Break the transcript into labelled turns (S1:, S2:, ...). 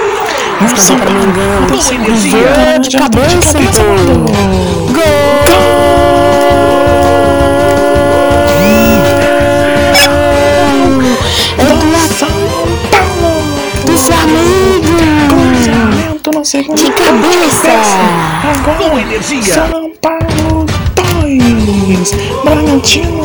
S1: Nossa, Então, é São Paulo com
S2: Gol,
S1: energia.
S2: energia.
S3: Gol é de cabeça do
S1: São Paulo
S3: do Flamengo.
S1: Cruzamento no segundo
S3: De
S1: tempo.
S3: cabeça.
S1: Agora
S2: energia.
S1: São Paulo 2 Bragantino